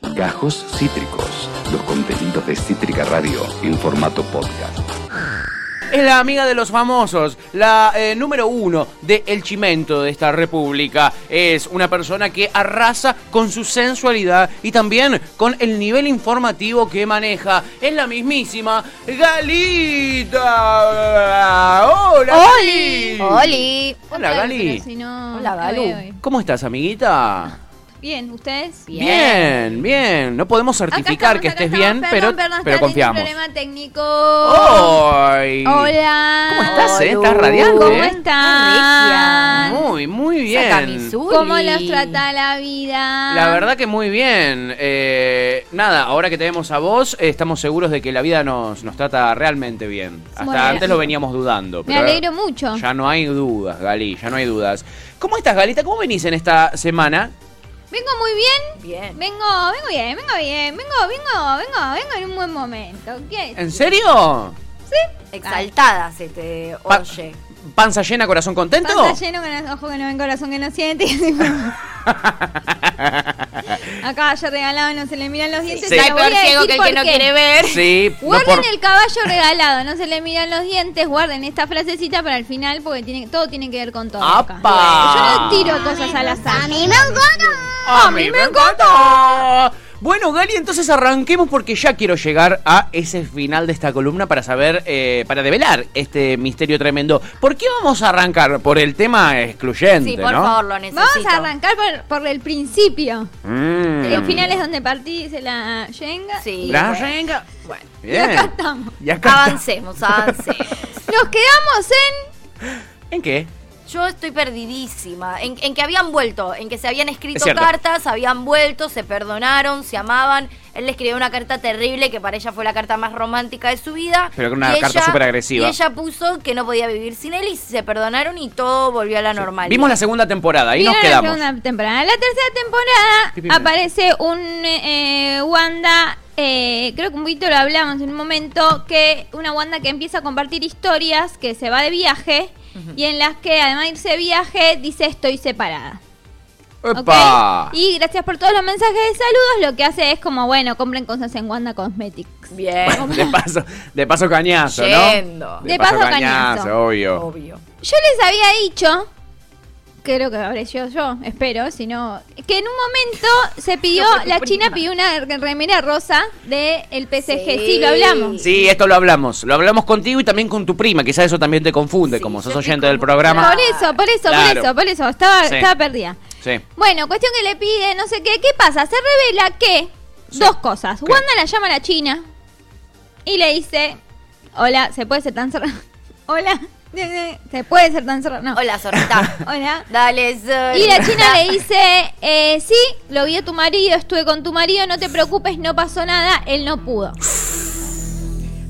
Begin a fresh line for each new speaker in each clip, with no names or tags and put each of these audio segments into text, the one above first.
Gajos Cítricos. Los contenidos de Cítrica Radio en formato podcast.
Es la amiga de los famosos, la eh, número uno de El Chimento de esta república. Es una persona que arrasa con su sensualidad y también con el nivel informativo que maneja. Es la mismísima Galita. Hola,
¡Oli!
Gali.
Oli.
Hola, Gali.
Hola, Galu.
¿Cómo estás, amiguita?
Bien, ¿ustedes?
Bien, bien. No podemos certificar
Acá estamos,
que
acá
estés
estamos.
bien, pero,
Perdón, perdón,
pero
estaba teniendo
confiamos.
un problema técnico.
¡Ay!
Hola.
¿Cómo estás, eh? ¿Estás
Hola.
radiante?
¿Cómo
eh?
están?
Muy, muy bien.
Saca mi Zuli.
¿Cómo los trata la vida?
La verdad que muy bien. Eh, nada, ahora que tenemos a vos, eh, estamos seguros de que la vida nos, nos trata realmente bien. Hasta
Bueno.
antes lo veníamos dudando.
Me
pero
alegro mucho.
Ya no hay dudas, Gali, ya no hay dudas. ¿Cómo estás, Galita? ¿Cómo venís en esta semana?
Vengo muy bien.
Bien.
Vengo, vengo bien, vengo bien, vengo, vengo, vengo, vengo en un buen momento. ¿Qué?
¿En serio?
Exaltada se te
Pa-
oye.
¿Panza llena, corazón contento?
Pasa lleno con el ojo que no ven, corazón que no siente. Acá ya regalado, no se le miran los dientes.
Sí.
te
Hay
lo voy a decir por qué.
ver.
Sí. no
Guarden
por-
el caballo regalado, no se le miran los dientes, guarden esta frasecita para el final porque tiene, todo tiene que ver con todo. acá.
¡Apa!
Yo no tiro cosas al azar.
¡A mí me encanta! Bueno, Gali, entonces arranquemos porque ya quiero llegar a ese final de esta columna para saber, eh, para develar este misterio tremendo. ¿Por qué vamos a arrancar? Por el tema excluyente,
Sí, por
¿no?
favor, lo necesito.
Vamos a arrancar por, por el principio.
Mm.
El final es donde partí, se la yenga.
Sí.
La
bueno.
renga. Bueno,
Y acá
bien.
estamos.
Y acá está.
Avancemos, avancemos.
Nos quedamos en...
¿En qué?
Yo estoy perdidísima. En, en que habían vuelto, en que se habían
Es
escrito
cierto.
cartas, habían vuelto, se perdonaron, se amaban. Él le escribió una carta terrible que para ella fue la carta más romántica de su vida.
Pero con una
Y
carta
ella-
superagresiva.
Y ella puso que no podía vivir sin él y se perdonaron y todo volvió a la normalidad.
Vimos la segunda temporada, ahí nos
Vieron
quedamos.
La segunda temporada. En la tercera temporada
Pi, pi, pi.
aparece un eh, eh, Wanda, eh, creo que un poquito lo hablamos en un momento, que una Wanda que empieza a compartir historias, que se va de viaje y en las que además de irse de viaje dice estoy separada. ¿ok?
¡Epa!
Y gracias por todos los mensajes de saludos, lo que hace es como, bueno, compren cosas en Wanda Cosmetics.
Bien.
De paso, de paso cañazo, ¿no?
Yendo.
De paso cañazo.
obvio.
Obvio.
Yo les había dicho, creo que habré sido yo, espero, si no, que en un momento se pidió,
No, pero
la
por
China
nada.
pidió una re- remera rosa de el PSG, sí,
Sí.
lo hablamos.
Sí, esto lo hablamos. Lo hablamos contigo y también con tu prima. Quizás eso también te confunde,
Sí,
como sos
yo
oyente
estoy
del programa.
Por eso, por eso,
Claro.
por eso, por eso, estaba,
Sí.
estaba perdida.
Sí.
Bueno, cuestión que le pide, no sé qué, ¿qué pasa? Se revela que dos cosas.
¿Qué?
Wanda la llama a la China y le dice, hola, ¿se puede ser tan cerrado? Hola, ¿se puede ser tan cerrado? No.
Hola, Zorrita.
Hola.
Dale, Zorrita.
Y la china le dice, eh, sí, lo vi a tu marido, estuve con tu marido, no te preocupes, no pasó nada, él no pudo.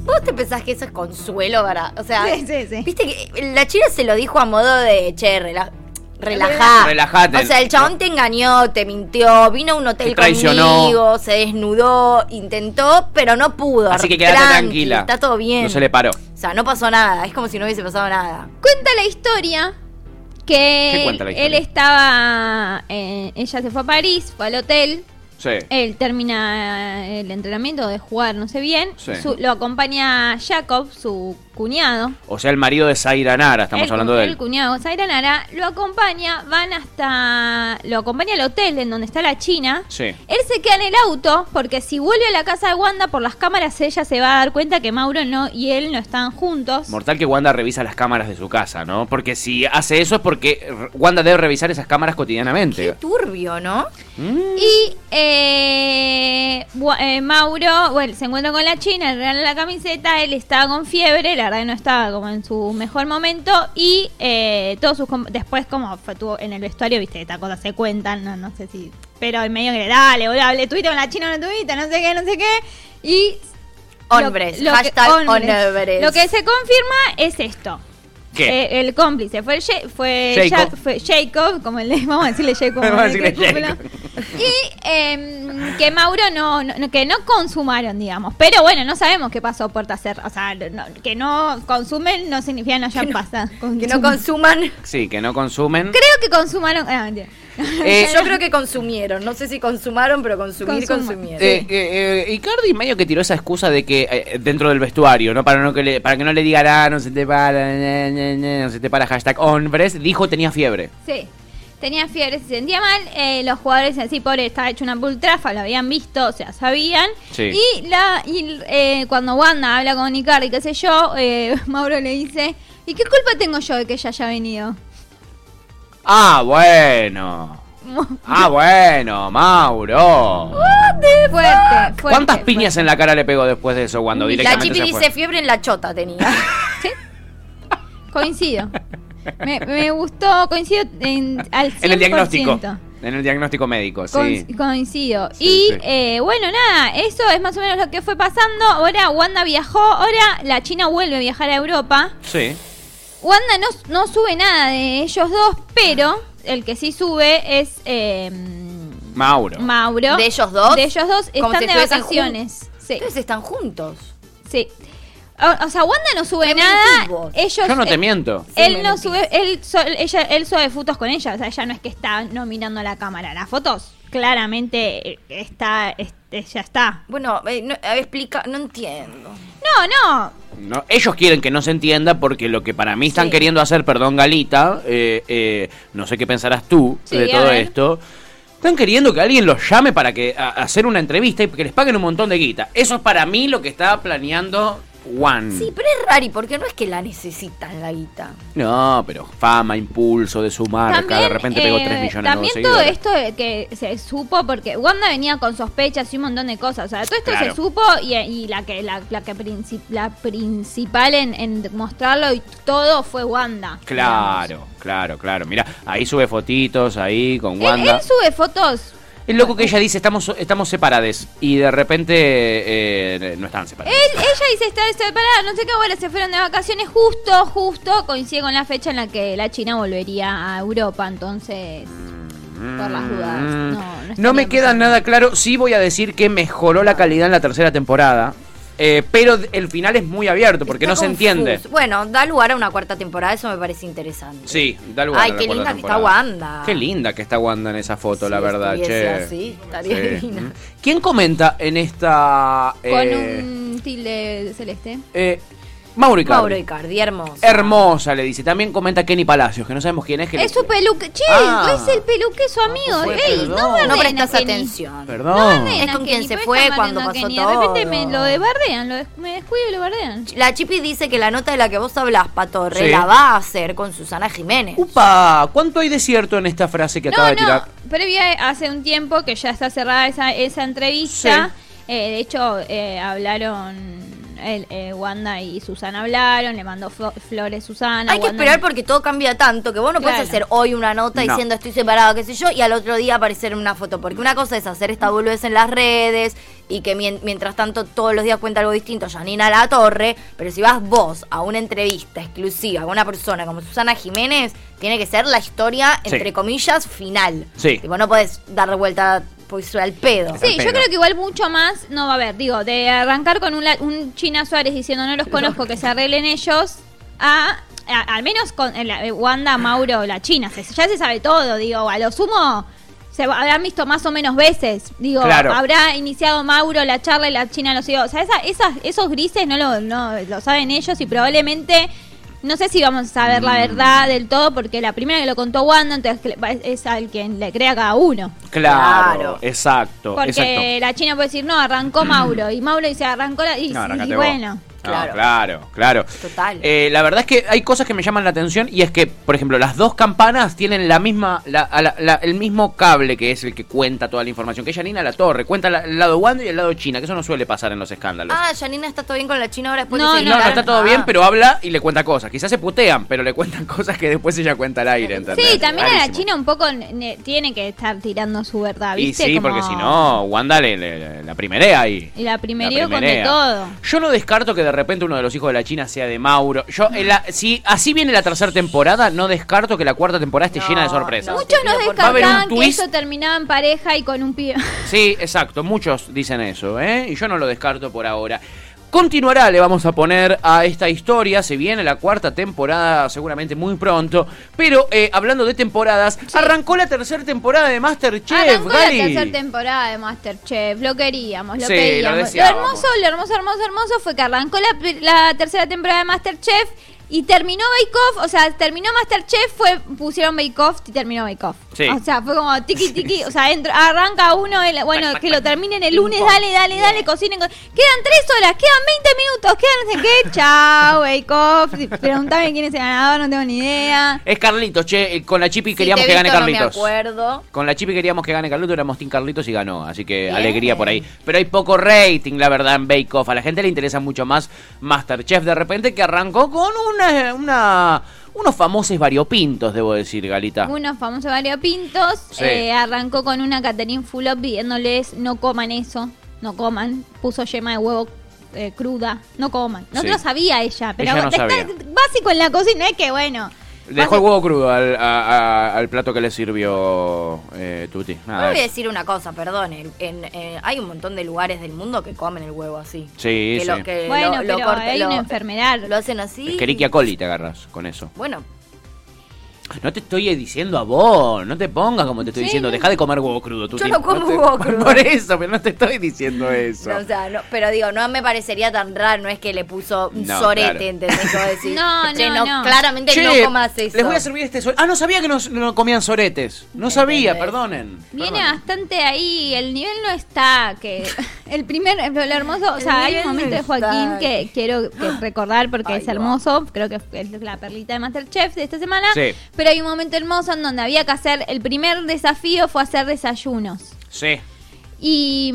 ¿Vos te pensás que eso es consuelo para.? O sea.
Sí, sí, sí.
Viste que la china se lo dijo a modo de che, rela- relajá.
Relajate.
O sea, el chabón te engañó, te mintió, vino a un hotel
Te traicionó.
conmigo, se desnudó, intentó, pero no pudo.
Así que quédate
Tranqui,
tranquila.
Está todo bien.
No se le paró.
O sea, no pasó nada. Es como si no hubiese pasado nada.
Cuenta la historia
¿Qué
que él,
cuenta la historia?
él estaba, eh, ella se fue a París, fue al hotel,
Sí.
Eh.
él termina eh, el entrenamiento de jugar, no sé bien,
Sí.
su- lo acompaña Jacob, su cuñado.
O sea, el marido de Zaira Nara, estamos
el,
hablando
cu-
de
El
él.
cuñado, Zaira Nara, lo acompaña, van hasta. Lo acompaña al hotel en donde está la China.
Sí.
Él se queda en el auto porque si vuelve a la casa de Wanda por las cámaras, ella se va a dar cuenta que Mauro no y él no están juntos.
Mortal que Wanda revisa las cámaras de su casa, ¿no? Porque si hace eso es porque R- Wanda debe revisar esas cámaras
Qué
cotidianamente.
turbio, ¿no?
Y eh, Wa- eh, Mauro, bueno, se encuentra con la China, le regala la camiseta, él estaba con fiebre, la verdad que no estaba como en su mejor momento y eh, todos sus com- después como fue tuvo en el vestuario, viste, estas cosas se cuentan, no, no sé si, pero en medio que dale, boludo, hablé tuviste con la China, o no tuviste, no sé qué, no sé qué y
Hombres,
que-
hashtag hombres.
Lo que se confirma es esto.
¿Qué?
Eh, el cómplice fue, el Ja- fue,
Jacob.
Ja- fue Jacob, como le vamos a decirle Jacob.
Vamos a
¿no?
decirle
Que es popular.
Jacob.
Y em, que Mauro no, no- que no consumaron, digamos. Pero bueno, no sabemos qué pasó puerta cerrada. O sea, no- que no consumen no significa no hayan pasado.
Que no consuman.
Sí, que no consumen.
Creo que consumaron. Ah, mentira.
Eh,
Yo creo que consumieron. No sé si consumaron, pero consumir,
Consuma.
consumieron.
Eh, eh, eh, Icardi medio que tiró esa excusa de que eh, dentro del vestuario, ¿no? Para, no que le- para que no le digan, ah, no se te para, ne, ne, ne, no se te para, hashtag hombres, dijo tenía fiebre.
Sí. Tenía fiebre, se sentía mal. eh, los jugadores así, pobre, estaba hecho una pultrafa, lo habían visto, o sea, sabían.
Sí.
Y, la, y, eh, cuando Wanda habla con Icardi, qué sé yo, eh, Mauro le dice: ¿Y qué culpa tengo yo de que ella haya venido?
Ah, bueno. Ah, bueno, Mauro.
fuerte, fuerte.
¿Cuántas piñas en la cara le pegó después de eso cuando
la
directamente
Chipi
se
dice
fue?
fiebre en la chota tenía.
fuerte. Coincido. Me, me gustó, coincido en, al 100%.
En el diagnóstico. En el diagnóstico médico, sí.
Con- Coincido.
Sí,
y
sí.
eh, bueno, nada, eso es más o menos lo que fue pasando. Ahora Wanda viajó, ahora la China vuelve a viajar a Europa.
Sí.
Wanda no, no sube nada de ellos dos, pero el que sí sube es eh,
Mauro.
Mauro.
¿De ellos dos?
De ellos dos
Como
están
si
de
estuviesen
vacaciones. Sí,
Ustedes están juntos.
sí. O, o sea, Wanda no sube
Me
nada.
mentís vos.
Ellos,
Yo no te
eh,
miento.
Sí, me
él no
mentís.
sube, él, sol- ella, él sube fotos con ella, o sea, ella no es que está no mirando a la cámara, las fotos claramente eh, está, este, ya está.
Bueno, eh, no, eh, explica, no entiendo.
No, no,
No, ellos quieren que no se entienda porque lo que para mí están
Sí.
queriendo hacer, perdón Galita, eh, eh, no sé qué pensarás tú
Sí,
de
a
todo
ver.
esto. Están queriendo que alguien los llame para que a- hacer una entrevista y que les paguen un montón de guita. Eso es para mí lo que estaba planeando Juan.
Sí, pero es raro, porque no es que la necesitan la guita.
No, pero fama, impulso de su marca, Ah, de repente pegó
eh,
3 millones de nuevos
También todo
seguidores.
esto de que se supo, porque Wanda venía con sospechas y un montón de cosas. O sea, todo esto
Claro.
se supo y, y la que la, la que princip- la principal en, en mostrarlo y todo fue Wanda. digamos.
Claro, claro, claro. Mira, ahí sube fotitos, ahí con
Él,
Wanda.
él sube fotos.
Es loco que ella dice, estamos, estamos separades. Y de repente eh, no están separados.
Él- ella dice está separada, no sé qué ahora se fueron de vacaciones justo, justo coincide con la fecha en la que la China volvería a Europa, entonces por las dudas. No,
Mm.
no,
No me
estaríamos
queda
hablando.
nada claro. Sí voy a decir que mejoró la calidad en la tercera temporada. eh, pero el final es muy abierto porque
Está
no se
confuso.
entiende.
Bueno, da lugar a una cuarta temporada, eso me parece interesante.
Sí, da lugar.
Ay,
a la
qué
cuarta
linda que
temporada.
está Wanda.
Qué linda que está Wanda en esa foto,
Si
la verdad, che.
estuviese así, estaría divina.
Mm. ¿Quién comenta en esta.
Con
eh,
un tilde celeste.
eh, Mauro Icardi.
Mauro Icardi, hermoso.
Hermosa, le dice. También comenta Kenny Palacios, que no sabemos quién es. que le-
Es su peluque. Che,
Ah.
es el peluque su amigo.
fue,
Ey,
perdón.
no bardean
No
a
prestas
Kenny.
atención.
No
Perdón.
bardean
Es
a
con quien
Kenny,
se
¿por qué
fue
están
cuando
bardeando a
pasó
Kenny? De repente
todo.
me lo de bardean, lo des- me descuido y lo bardean.
La Chipi dice que la nota de la que vos hablas, Pato,
Sí.
la va a hacer con Susana Jiménez.
Upa, ¿cuánto hay de cierto en esta frase que acaba de
No,
tirar?
no, previa hace un tiempo que ya está cerrada esa, esa entrevista. Eh, de hecho, eh, hablaron... el- eh, Wanda y Susana hablaron, le mandó flo- flores Susana.
Ah,
Hay que
Wanda-
esperar porque todo cambia tanto que vos no
Claro.
puedes hacer hoy una nota
No.
diciendo estoy separado, qué sé yo, y al otro día aparecer en una foto. Porque una cosa es hacer esta boludez en las redes y que mien- mientras tanto todos los días cuenta algo distinto Janina La Torre, pero si vas vos a una entrevista exclusiva con una persona como Susana Jiménez, tiene que ser la historia,
Sí.
entre comillas, final.
Sí.
Tipo, no podés dar vuelta pues, al pedo.
Exacto. Al
Sí, yo
pedo.
creo que igual mucho más no va a haber. Digo, de arrancar con un, la- un China Suárez diciendo no los conozco, que se arreglen ellos, a, a- al menos con eh, la- eh, Wanda, Mauro, la China. Se- ya se sabe todo, digo, a lo sumo se va- habrán visto más o menos veces. Digo,
Claro.
habrá iniciado Mauro la charla y la China los siguió. O sea, esa- esas, esos grises no lo, no lo saben ellos y probablemente... No sé si vamos a saber la verdad del todo porque la primera que lo contó Wanda entonces es- es al quien le crea cada uno.
Claro,
Claro.
exacto,
Porque
exacto.
la China puede decir, no, arrancó Mauro. Y Mauro dice, arrancó la. Y,
No,
y
arrancate vos.
bueno.
No,
Claro.
claro, claro.
Total.
Eh, la verdad es que hay cosas que me llaman la atención y es que, por ejemplo, las dos campanas tienen la misma, la- a la- la- el mismo cable que es el que cuenta toda la información, que es Janina La Torre, cuenta la- el lado Wanda y el lado China, que eso no suele pasar en los escándalos.
Ah, Janina está todo bien con la China ahora después
No,
de
no,
no,
no,
claro.
está todo bien, pero habla y le cuenta cosas. Quizás se putean, pero le cuentan cosas que después ella cuenta al aire, ¿entendés?
Sí, también a la
Rarísimo.
China un poco ne- tiene que estar tirando su verdad,
Y
¿viste?
sí,
Como-
porque si no, Wanda le, le- le- la primerea ahí.
Y la
La
primerió con de
primerea.
todo.
Yo no descarto que de repente uno de los hijos de la China sea de Mauro. Yo, en la- si así viene la tercera temporada, no descarto que la cuarta temporada esté
No,
llena de sorpresas.
no.
Muchos
te
nos
pido por favor.
Va a haber
descartaban
un
que
twist.
eso terminaba en pareja y con un pibe.
Sí, exacto, muchos dicen eso, ¿eh? Y yo no lo descarto por ahora. Continuará, le vamos a poner a esta historia, se viene la cuarta temporada seguramente muy pronto, pero eh, hablando de temporadas, arrancó la tercera temporada de Masterchef,
Arrancó
Gali.
la Ah, tercera temporada de Masterchef, lo queríamos, lo
Sí, lo
queríamos. Lo,
deseábamos.
hermoso, lo hermoso, hermoso, hermoso fue que arrancó la, pri- la tercera temporada de Masterchef y terminó Bake Off, o sea, terminó Masterchef, fue, pusieron Bake Off y terminó Bake Off.
Sí.
O sea, fue como tiki tiki, o sea, entra- arranca uno, el- bueno, que lo terminen el lunes, dale, dale, dale, cocinen. co- Quedan tres horas, quedan 20 minutos, quedan no sé qué, chao, Bake Off. Preguntame quién es el ganador, no tengo ni idea.
Es Carlitos, che, eh, con la chipi
Si
queríamos
te
que
he
gane
visto, No
Carlitos.
me acuerdo.
Con la chipi queríamos que gane Carlitos, éramos Team Carlitos y ganó, así que alegría por ahí. Pero hay poco rating, la verdad, en Bake Off. A la gente le interesa mucho más Masterchef de repente que arrancó con una, una- unos famosos variopintos, debo decir, Galita.
Unos famosos variopintos.
Ah. Sí.
Eh, arrancó con una Catherine Fulop pidiéndoles no coman eso, no coman. Puso yema de huevo eh, cruda, no coman. No
Sí.
lo sabía ella, pero
Ella no
está
sabía.
básico en la cocina es que bueno.
Dejó
básico-
el huevo crudo al, a- a- al plato que le sirvió eh, Tuti. Nada,
Yo voy a decir una cosa, perdón. el- en- eh, hay un montón de lugares del mundo que comen el huevo así.
Sí,
que
sí.
Lo, que
Bueno,
Eh, lo- lo
pero
corta-
hay
lo-
una enfermedad.
Lo hacen así.
Esqueriquia coli te agarras con eso.
Bueno,
No te estoy diciendo a vos, no te pongas como te estoy
Sí,
diciendo,
no.
deja de comer huevo crudo. Tuti.
Yo no como
te-
huevo crudo.
Por eso, pero no te estoy diciendo eso.
no, o sea, no, pero digo, no me parecería tan raro. No es que le puso un
No,
sorete,
claro.
¿entendés? Yo voy a decir,
No,
che,
no, no.
Claramente
Che,
no comas eso.
Les voy a servir este sorete. Ah, no sabía que no, no comían soretes. No sabía,
Entendés.
perdonen.
Viene
perdonen.
bastante ahí, el nivel no está, que el primer, lo, lo hermoso, o
El
sea, hay
nivel
un momento
no
de Joaquín
está.
que quiero que recordar porque
Ahí
es
va.
hermoso, creo que es la perlita de Masterchef de esta semana,
Sí.
pero hay un momento hermoso en donde había que hacer, el primer desafío fue hacer desayunos.
Sí.
Y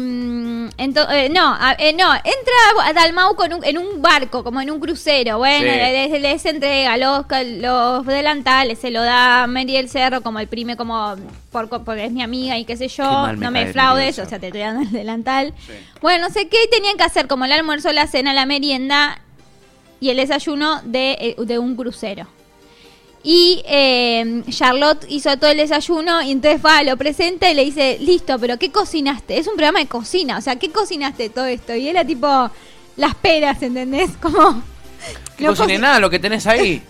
entonces, no, a- eh, no, entra a Dalmau con un- en un barco, como en un crucero. Bueno,
Sí.
les, les entrega los, los delantales, se lo da Mary del Cerro, como el prime, como por, co- porque es mi amiga y qué sé yo,
Qué mal me
no me
cae Mary del
fraudes, o
Cerro.
sea, te estoy dando el delantal. Bueno, no sé qué tenían que hacer, como el almuerzo, la cena, la merienda y el desayuno de, eh, de un crucero. Y eh, Charlotte hizo todo el desayuno y entonces va, lo presenta y le dice, listo, pero ¿qué cocinaste? Es un programa de cocina, o sea, ¿qué cocinaste todo esto? Y era tipo, las peras, ¿entendés? Como...
No cociné
coci-
nada lo que tenés ahí.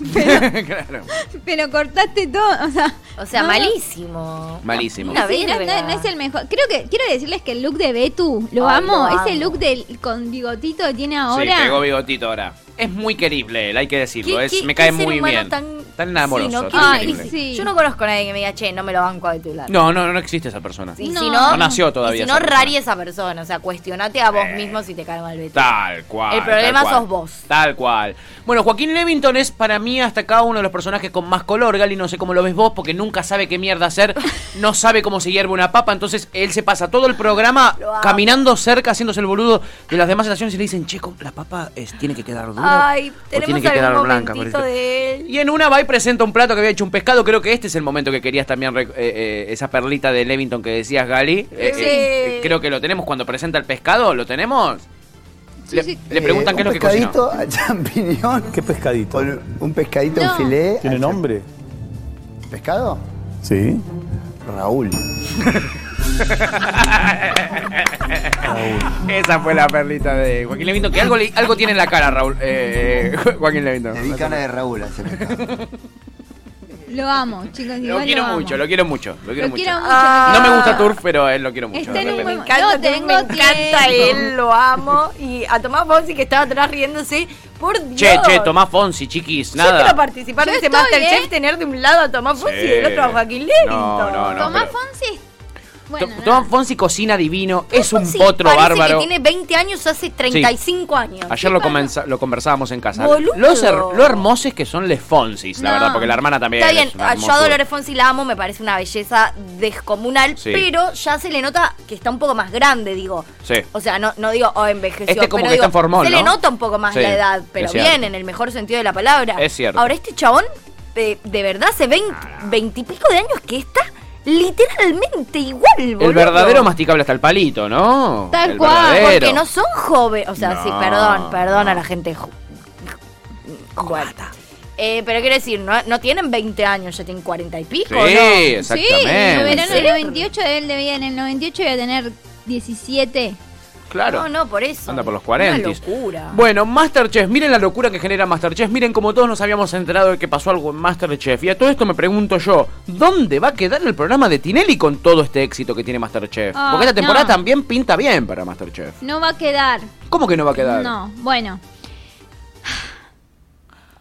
claro.
Pero cortaste todo, o sea...
O sea,
no-
malísimo.
Malísimo.
Una
Sí, no,
verga.
no- no es el mejor. Creo que quiero decirles que el look de Betu, lo
Ay,
amo.
lo
Ese
amo.
look del con bigotito que tiene ahora.
Sí, pegó bigotito ahora. Es muy querible, él, hay que
¿Qué-
decirlo. es,
qué-
me cae
qué ser
muy
humano
bien. Tan,
Tan,
amoroso.
Sí, no,
tan
Ay,
qué-
querible.
sí.
Yo no conozco a nadie que me diga, che, no me lo banco a titular.
No, no, no existe esa persona.
Y
No.
si no,
No nació todavía
y si no,
esa persona.
rari esa persona. O sea, cuestionate a vos
Eh.
mismo si te cae mal Beto.
Tal cual.
El problema
tal cual.
sos vos.
Tal cual. Bueno, Joaquín Levington es para mí hasta acá uno de los personajes con más color, Gali. No sé cómo lo ves vos, porque nunca sabe qué mierda hacer, no sabe cómo se hierve una papa. Entonces él se pasa todo el programa
Lo amo.
caminando cerca, haciéndose el boludo de las demás estaciones y le dicen, che, ¿cómo- la papa es- tiene que quedar dura.
Ay,
o tiene
tenemos
que quedar
algún
blanca. por
momentito
ejemplo?".
de él.
Y en una va y presenta un plato que había hecho un pescado. Creo que este es el momento que querías también, rec- eh, eh, esa perlita de Levington que decías, Gali. Eh,
Sí.
eh, creo que lo tenemos cuando presenta el pescado, ¿lo tenemos?
Sí,
le,
sí.
le preguntan
Eh,
qué es lo
un
que cocinó.
pescadito al champiñón.
¿Qué pescadito?
Con un pescadito
No.
en filé.
¿Tiene nombre?
¿Pescado?
Sí.
Raúl.
Esa fue la perlita de Joaquín Levington, que algo, le- algo tiene en la cara, Raúl. Eh, eh, Joaquín
Le di
Levington.
cara de Raúl a ese pescado.
Lo amo, chicos.
Lo
igual
quiero
amo.
mucho, lo quiero mucho, lo quiero
Lo
mucho.
quiero mucho.
Ah.
No me gusta Turf, pero él lo quiero mucho.
Está en
de
un
repente.
buen-
Me encanta,
No
también me
tengo
encanta
tiempo.
él, lo amo. Y a Tomás Fonsi que estaba atrás riéndose, por Dios.
Che, che, Tomás Fonsi, chiquis,
Yo quiero
nada.
participar
Yo
de ese
estoy,
Masterchef,
¿eh?
tener de un lado a Tomás Fonsi y del otro a Joaquín
No,
Levington.
no, no.
Tomás
pero-
Fonsi.
To-
Bueno, nada.
Tomás Fonsi cocina divino, es un
Fonsi
potro
parece
bárbaro.
que tiene 20 años, hace 35 años.
Ayer lo, comenza- lo conversábamos en casa.
Boludo.
Los her- lo hermosos que son les Fonsis, la
No.
verdad, porque la hermana también.
Está
es
bien, ah,
una
yo a
hermosura.
Dolores Fonsi la amo, me parece una belleza descomunal,
Sí.
pero ya se le nota que está un poco más grande, digo.
Sí.
O sea, no, no digo, oh, envejeció,
Este como
pero
que
digo,
está en formol,
se
¿no?
le nota un poco más
Sí,
la edad,
es
pero
cierto.
bien, en el mejor sentido de la palabra.
Es cierto.
Ahora, este chabón, de, de verdad, hace 20, 20 y pico de años que está literalmente igual, boludo.
El verdadero masticable hasta el palito, ¿no?
Tal
El
cual,
verdadero.
Porque no son jóvenes. O sea, sí,
No,
perdón, perdón a la gente ju- joven. Eh, pero quiero decir, no, no tienen 20 años, ya tienen 40 y pico,
Sí,
¿no?
en el
exactamente.
verano del 98 él debía, en el 98 iba a tener 17.
Claro.
No, no, por eso.
Anda por los 40.
Una locura.
Bueno, Masterchef, miren la locura que genera Masterchef, miren como todos nos habíamos enterado de que pasó algo en Masterchef. Y a todo esto me pregunto yo, ¿dónde va a quedar el programa de Tinelli con todo este éxito que tiene Masterchef?
Ah,
Porque esta temporada
no.
también pinta bien para Masterchef.
No va a quedar.
¿Cómo que no va a quedar?
No, bueno.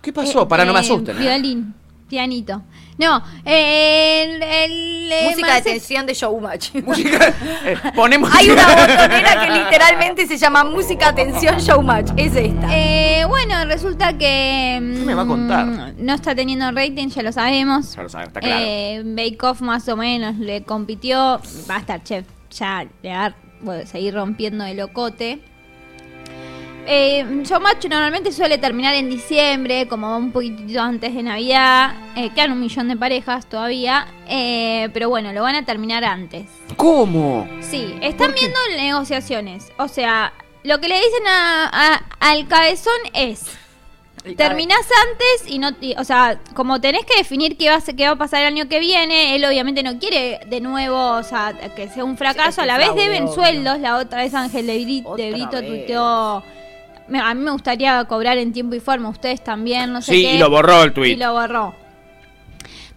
¿Qué pasó? para no me
Eh,
asusten. ¿eh?
Violín, pianito. No, eh, el, el, eh,
Música de
Marcel-
tensión de Showmatch.
Música- eh, ponemos...
Hay una botonera que literalmente se llama Música Atención Showmatch. Es esta.
Eh, bueno, resulta que.
¿Qué me va a contar?
mm, No está teniendo rating, ya lo sabemos.
Ya lo sabemos, está claro.
Eh, Bake Off más o menos le compitió. Masterchef ya le va a bueno, seguir rompiendo el locote. Eh, Showmatch normalmente suele terminar en diciembre, como un poquitito antes de Navidad. Eh, quedan un millón de parejas todavía. eh, pero bueno, lo van a terminar antes.
¿Cómo?
Sí, están viendo negociaciones. O sea, lo que le dicen a- a- al cabezón es. Terminás antes y no, y- o sea, como tenés que definir qué va, a ser- qué va a pasar el año que viene, él obviamente no quiere de nuevo, o sea, que sea un fracaso.
Sí, es
a la vez
fraude,
deben
obvio.
sueldos, la otra vez Ángel de, Bri- de
Otra
Brito
vez.
tuiteó, "Me- a mí me gustaría cobrar en tiempo y forma, ustedes también, no sé
Sí,
qué".
y lo borró el
Y
tweet.
lo borró.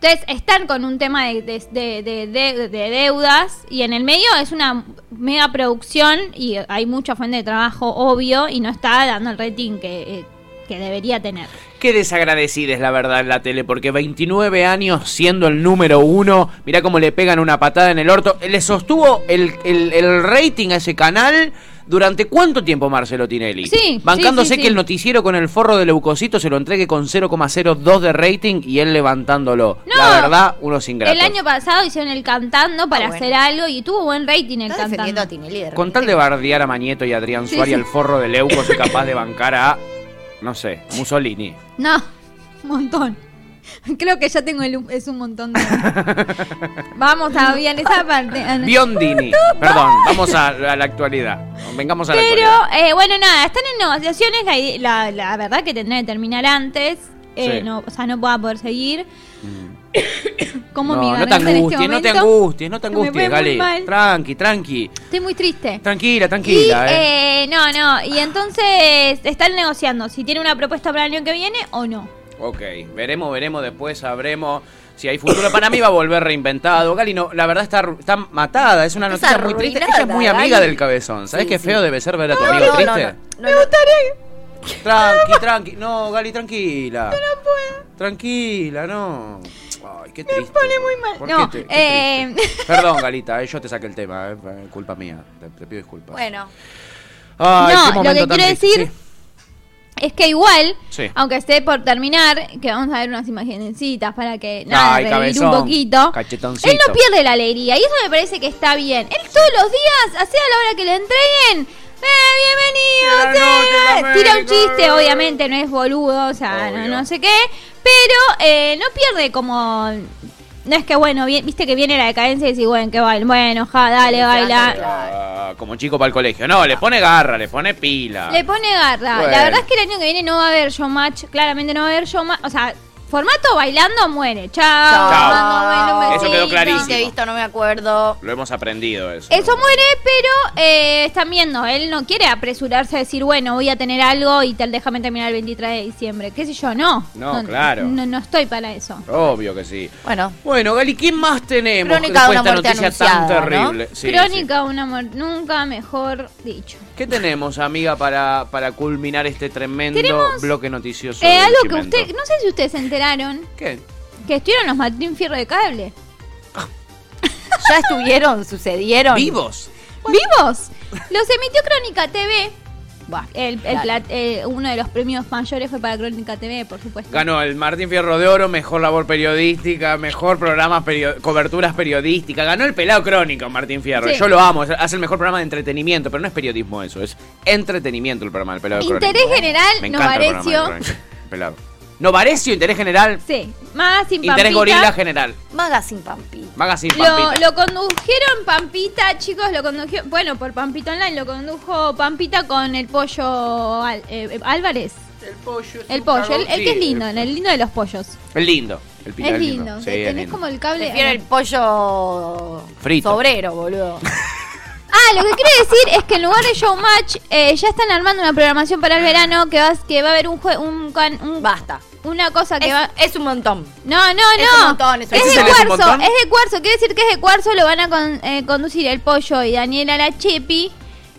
Entonces, están con un tema de, de- de- de- de- de deudas y en el medio es una mega producción y hay mucha fuente de trabajo, obvio, y no está dando el rating que, eh, que debería tener.
Qué desagradecida es la verdad la tele, porque 29 años siendo el número uno, mirá cómo le pegan una patada en el orto. Le sostuvo el, el- el rating a ese canal durante cuánto tiempo Marcelo Tinelli.
Sí,
Bancándose
sí, sí,
que
sí.
el noticiero con el forro de leucocito se lo entregue con 0,02 de rating y él levantándolo.
No.
La verdad, unos ingratos.
El año pasado hicieron el cantando para
Ah, bueno.
hacer algo y tuvo buen rating el
Está defendiendo
cantando.
a Tinelli de
Con tal de bardear a Mañeto y a Adrián
Sí,
Suárez y
sí.
al forro de Leuco, soy capaz de bancar a, no sé, Mussolini.
No, un montón. Creo que ya tengo el, es un montón de... Vamos todavía en esa parte. Ah, no.
Biondini. Perdón, vamos a, a la actualidad. Vengamos a la
Pero,
actualidad.
eh, bueno, nada, están en negociaciones. La, ide- la, la verdad que tendrá que terminar antes. eh,
Sí.
no, o sea, no va a poder seguir. Como mi
Mm. No, no te
garganta en este
angusties, no te
momento.
angusties, no te
Me pone
angusties,
muy
Gali.
mal.
Tranqui, tranqui.
Estoy muy triste.
Tranquila, tranquila,
y,
eh.
eh, no, no. Y entonces están negociando si tiene una propuesta para el año que viene o no.
Ok, veremos, veremos, después sabremos si hay futuro. Para mí va a volver reinventado. Gali, no, la verdad está, está matada, es una
Está
noticia muy triste.
arruinada,
Ella es muy amiga
Gali.
del cabezón. ¿Sabes
Sí,
qué
sí.
feo debe ser ver a tu
No,
amigo
no, no,
triste?
no, no, no.
Tranqui, tranqui. No, Gali, tranquila. Yo no puedo. Tranquila, no. Ay, qué triste. Me pone muy
mal.
¿Por
No,
qué te- qué
eh.
triste? Perdón, Galita, eh, yo te saqué el tema, eh, culpa mía. Te, te pido disculpas.
Bueno,
Ay, qué
no, lo
momento
que
tan
quiero
triste.
decir
Sí.
es que igual,
Sí.
aunque esté por terminar, que vamos a ver unas imagencitas para que nada,
Ay,
revivir
cabezón,
un poquito.
cachetoncito.
Él no pierde la alegría y eso me parece que está bien. Él todos los días, así a la hora que le entreguen, eh, bienvenido,
Buenas noches,
Seba. tira un
América.
chiste, obviamente no es boludo, o sea, no,
Obvio.
no sé qué, pero eh, no pierde como... No es que bueno, vi- viste que viene la decadencia y decís, bueno, que baila, bueno, ja, dale, baila.
Ah, como chico para el colegio. No, le pone garra, le pone pila.
Le pone garra.
Ah. Bueno.
La verdad es que el año que viene no va a haber showmatch. Claramente no va a haber showmatch. O sea, formato bailando muere. Chao.
Chao.
Mando, bueno, un
Eso quedó
besito.
clarísimo.
te he visto, no me acuerdo.
Lo hemos aprendido eso.
Eso muere, pero eh, están viendo. Él no quiere apresurarse a decir, bueno, voy a tener algo y tal, déjame terminar el 23 de diciembre. ¿Qué sé yo? No.
No, claro.
No, no estoy para eso.
Obvio que sí.
Bueno,
Bueno, Gali, ¿qué más tenemos
Crónica de
después
una
de esta
muerte
noticia tan
anunciada, ¿no?
terrible? Sí, sí.
Crónica, una muerte. Nunca mejor dicho.
¿Qué tenemos, amiga, para, para culminar este tremendo
Tenemos,
bloque noticioso?
Eh,
del
algo que
Chimento?
usted. No sé si ustedes se enteraron
¿Qué?
que estuvieron los Martín Fierro de Cable.
ya estuvieron, sucedieron.
¿Vivos?
¡Vivos! Los emitió Crónica TV.
Buah,
El, el
dale.
plat- eh, uno de los premios mayores fue para Crónica TV, por supuesto.
Ganó el Martín Fierro de Oro, mejor labor periodística, mejor programa, perio- coberturas periodísticas. Ganó el pelado crónico Martín Fierro.
Sí.
Yo lo amo, es- hace el mejor programa de entretenimiento, pero no es periodismo eso, es entretenimiento el programa del pelado
Interés
crónico.
general,
Me
nos
encanta el programa del
pareció.
Crónico, pelado. Novarecio, interés general.
Sí, más sin
Interés
Pampita.
gorila general.
Magazine Pampi.
Magazine
Lo,
Pampita.
lo condujeron Pampita, chicos, lo condujeron, bueno, por Pampita Online, lo condujo Pampita con el pollo Al- eh, Álvarez.
El pollo.
El pollo, el, el que es lindo, el, lindo de los pollos.
El lindo. El pita
Es lindo,
Sí,
tenés
es lindo.
como el cable...
Prefiero el pollo
Frito.
sobrero, boludo.
Ah, lo que quiero decir es que en lugar de Showmatch eh, ya están armando una programación para el verano que va, que va a haber un, jue- un, can- un-
Basta.
una cosa que
Es,
va...
es un montón.
No, no,
Es
no.
un montón, es un
es de
montón.
¿Es un
cuarzo,
montón?
es de cuarzo. Quiere decir que es de cuarzo. Lo van a con- eh, conducir el pollo y Daniela la Chepi.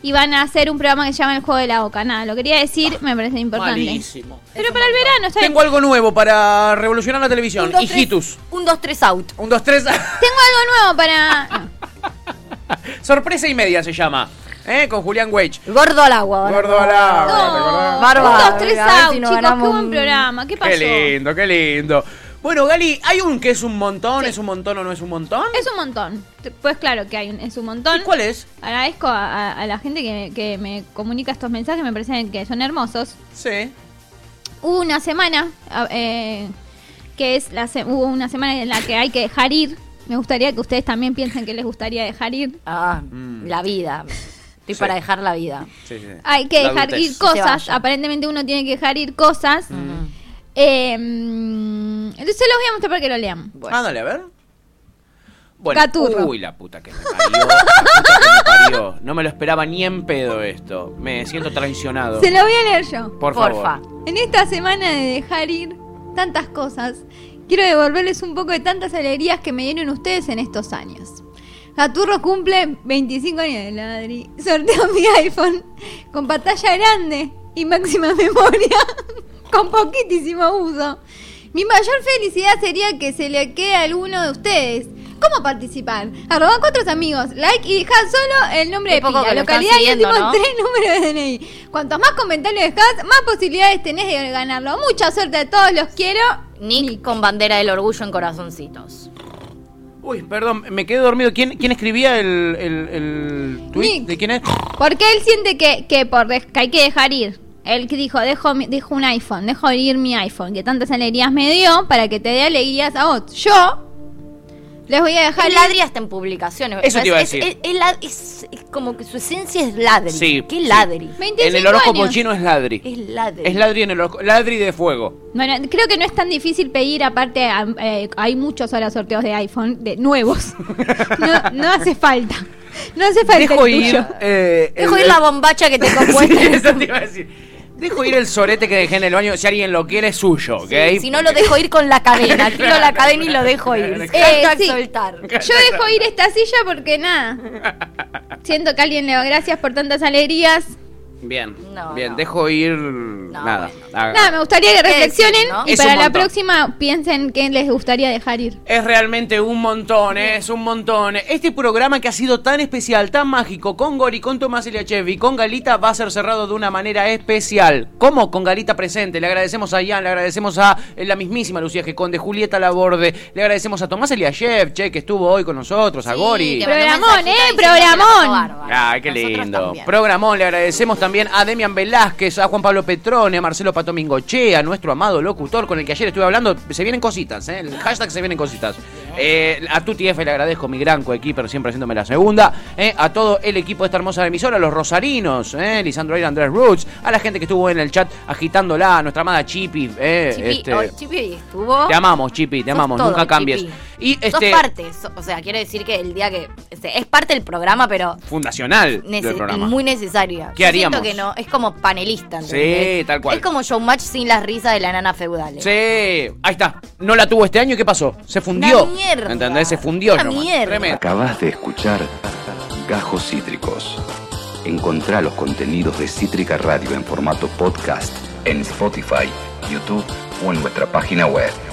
Y van a hacer un programa que se llama El Juego de la Boca. Nada, lo quería decir, me parece importante.
Malísimo.
Pero para el verano, está bien.
Tengo algo nuevo para revolucionar la televisión.
Un, dos, tres-
Hijitus.
Un, dos, tres out.
Un, dos, tres.
Tengo algo nuevo para. no.
Sorpresa y media se llama. ¿Eh? Con Julián Weich.
Gordo al agua. ahora.
Gordo al agua,
No.
¿te acordás?
Bárbaro,
Un, dos, tres
a ver si
out,
nos
chicos. Qué
ganamos
buen
un-
programa. ¿Qué pasó?
Qué lindo, qué lindo. Bueno, Gali, hay un que es un montón, es un montón o no es un montón.
Es un montón. T- Pues claro que hay un, es un montón.
¿Y cuál es?
Agradezco a, a- a la gente que, que me comunica estos mensajes, me parecen que son hermosos.
Sí.
Hubo una semana, a- eh, que es la se- hubo una semana en la que hay que dejar ir. Me gustaría que ustedes también piensen que les gustaría dejar ir.
Ah, la vida.
Mm.
Estoy
Sí.
para dejar la vida.
Sí, sí.
Hay que
La
dejar
adultez.
ir cosas.
vaya.
Aparentemente uno tiene que dejar ir cosas. Eh, mm, entonces se los voy a mostrar para que lo lean.
Ah, dale, a ver. Bueno,
Caturro.
uy, la puta que me parió. la puta que me parió. No me lo esperaba ni en pedo esto. Me siento traicionado.
Se lo voy a leer yo.
Por favor.
Porfa.
En esta semana de dejar ir tantas cosas, quiero devolverles un poco de tantas alegrías que me dieron ustedes en estos años. Gaturro cumple 25 años de ladri. Sorteo mi iPhone con pantalla grande y máxima memoria, con poquitísimo uso. Mi mayor felicidad sería que se le quede a alguno de ustedes. ¿Cómo participar? Arroba cuatro amigos, like y dejad solo el nombre
Qué
de
poco
pila,
que lo están
localidad y
siguiendo,
últimos
¿no?
tres números de DNI. Cuantos más comentarios dejás, más posibilidades tenés de ganarlo. Mucha suerte a todos, los quiero.
Nick, con bandera del orgullo en corazoncitos.
Uy, perdón, me quedé dormido. ¿Quién, quién escribía el, el, el tweet?
Nick.
¿De quién es?
Porque él siente que, que, por des- que hay que dejar ir. Él que dijo, dejo, mi- dejo un iPhone, dejo ir mi iPhone, que tantas alegrías me dio para que te dé alegrías a vos. Yo les voy a dejar
El
ir.
ladri hasta en publicaciones.
Eso te iba a
Es- es-
decir.
es- es la- es- es como que su esencia es ladri.
Sí,
¿Qué
sí.
ladri?
25
En el horóscopo
años.
chino es ladri.
Es ladri.
Es ladri en el horóscopo. Ladri de fuego.
Bueno, creo que no es tan difícil pedir, aparte a- eh, hay muchos ahora sorteos de iPhone, de nuevos. No, no hace falta. No hace falta.
Dejo
el
ir.
tuyo.
eh,
Dejo
el-
ir la bombacha que te compuesta.
Sí, eso te iba a decir. Dejo ir el sorete que dejé en el baño. Si alguien lo quiere, es suyo, ¿ok?
Si no lo dejo ir con la cadena, tiro la cadena y lo dejo ir.
Eh,
Hashtag
sí.
soltar.
Yo dejo ir esta silla porque nada. Siento que alguien le da gracias por tantas alegrías.
Bien.
No,
bien,
no.
dejo ir. nada. Ah,
Nada, me gustaría que
decir,
reflexionen
¿no?
y
Es
para
un
la
montón.
próxima piensen qué les gustaría dejar ir.
Es realmente un montón, ¿eh? es un montón. Este programa que ha sido tan especial, tan mágico, con Gori, con Tomás Eliachev y con Galita, va a ser cerrado de una manera especial. ¿Cómo? Con Galita presente. Le agradecemos a Ian, le agradecemos a eh, la mismísima Lucía Geconde, Julieta Laborde, le agradecemos a Tomás Eliachev, che, que estuvo hoy con nosotros, a Gori.
que mandó
Programón,
mensajito
eh,
diciendo que la pasó
programón.
bárbaro.
Ay, Ah, qué
Nosotros
lindo.
también.
Programón, le agradecemos también a Demian Velázquez, a Juan Pablo Petrone, a Marcelo Patomingoche, a nuestro amado locutor con el que ayer estuve hablando. Se vienen cositas, ¿eh? El hashtag se vienen cositas. Eh, a Tuti F le agradezco, mi gran coequiper, siempre haciéndome la segunda. ¿eh? A todo el equipo de esta hermosa emisora, a los rosarinos, ¿eh? Lisandro Aira, Andrés Roots, a la gente que estuvo en el chat agitándola, a nuestra amada Chipi. ¿eh?
Chipi,
Este,
oh, Chipi estuvo.
te amamos, Chipi, te
Sos
amamos,
todo,
nunca cambies.
Chipi.
Y
Sos
este.
parte, so- o sea, quiero decir que el día que este, es parte del programa, pero
Fundacional
nece-
del programa.
muy necesaria.
¿Qué
Yo
haríamos?
Siento que no, es como panelista.
Sí, tal cual.
Es como showmatch sin las risas de la nana feudal.
Sí, ahí está. No la tuvo este año, ¿y ¿qué pasó? Se fundió.
Una mierda.
¿Entendés? Se fundió.
Una
Roman.
mierda.
Tremendo.
Acabas de escuchar Gajos Cítricos. Encontrá los contenidos de Cítrica Radio en formato podcast en Spotify, YouTube o en nuestra página web.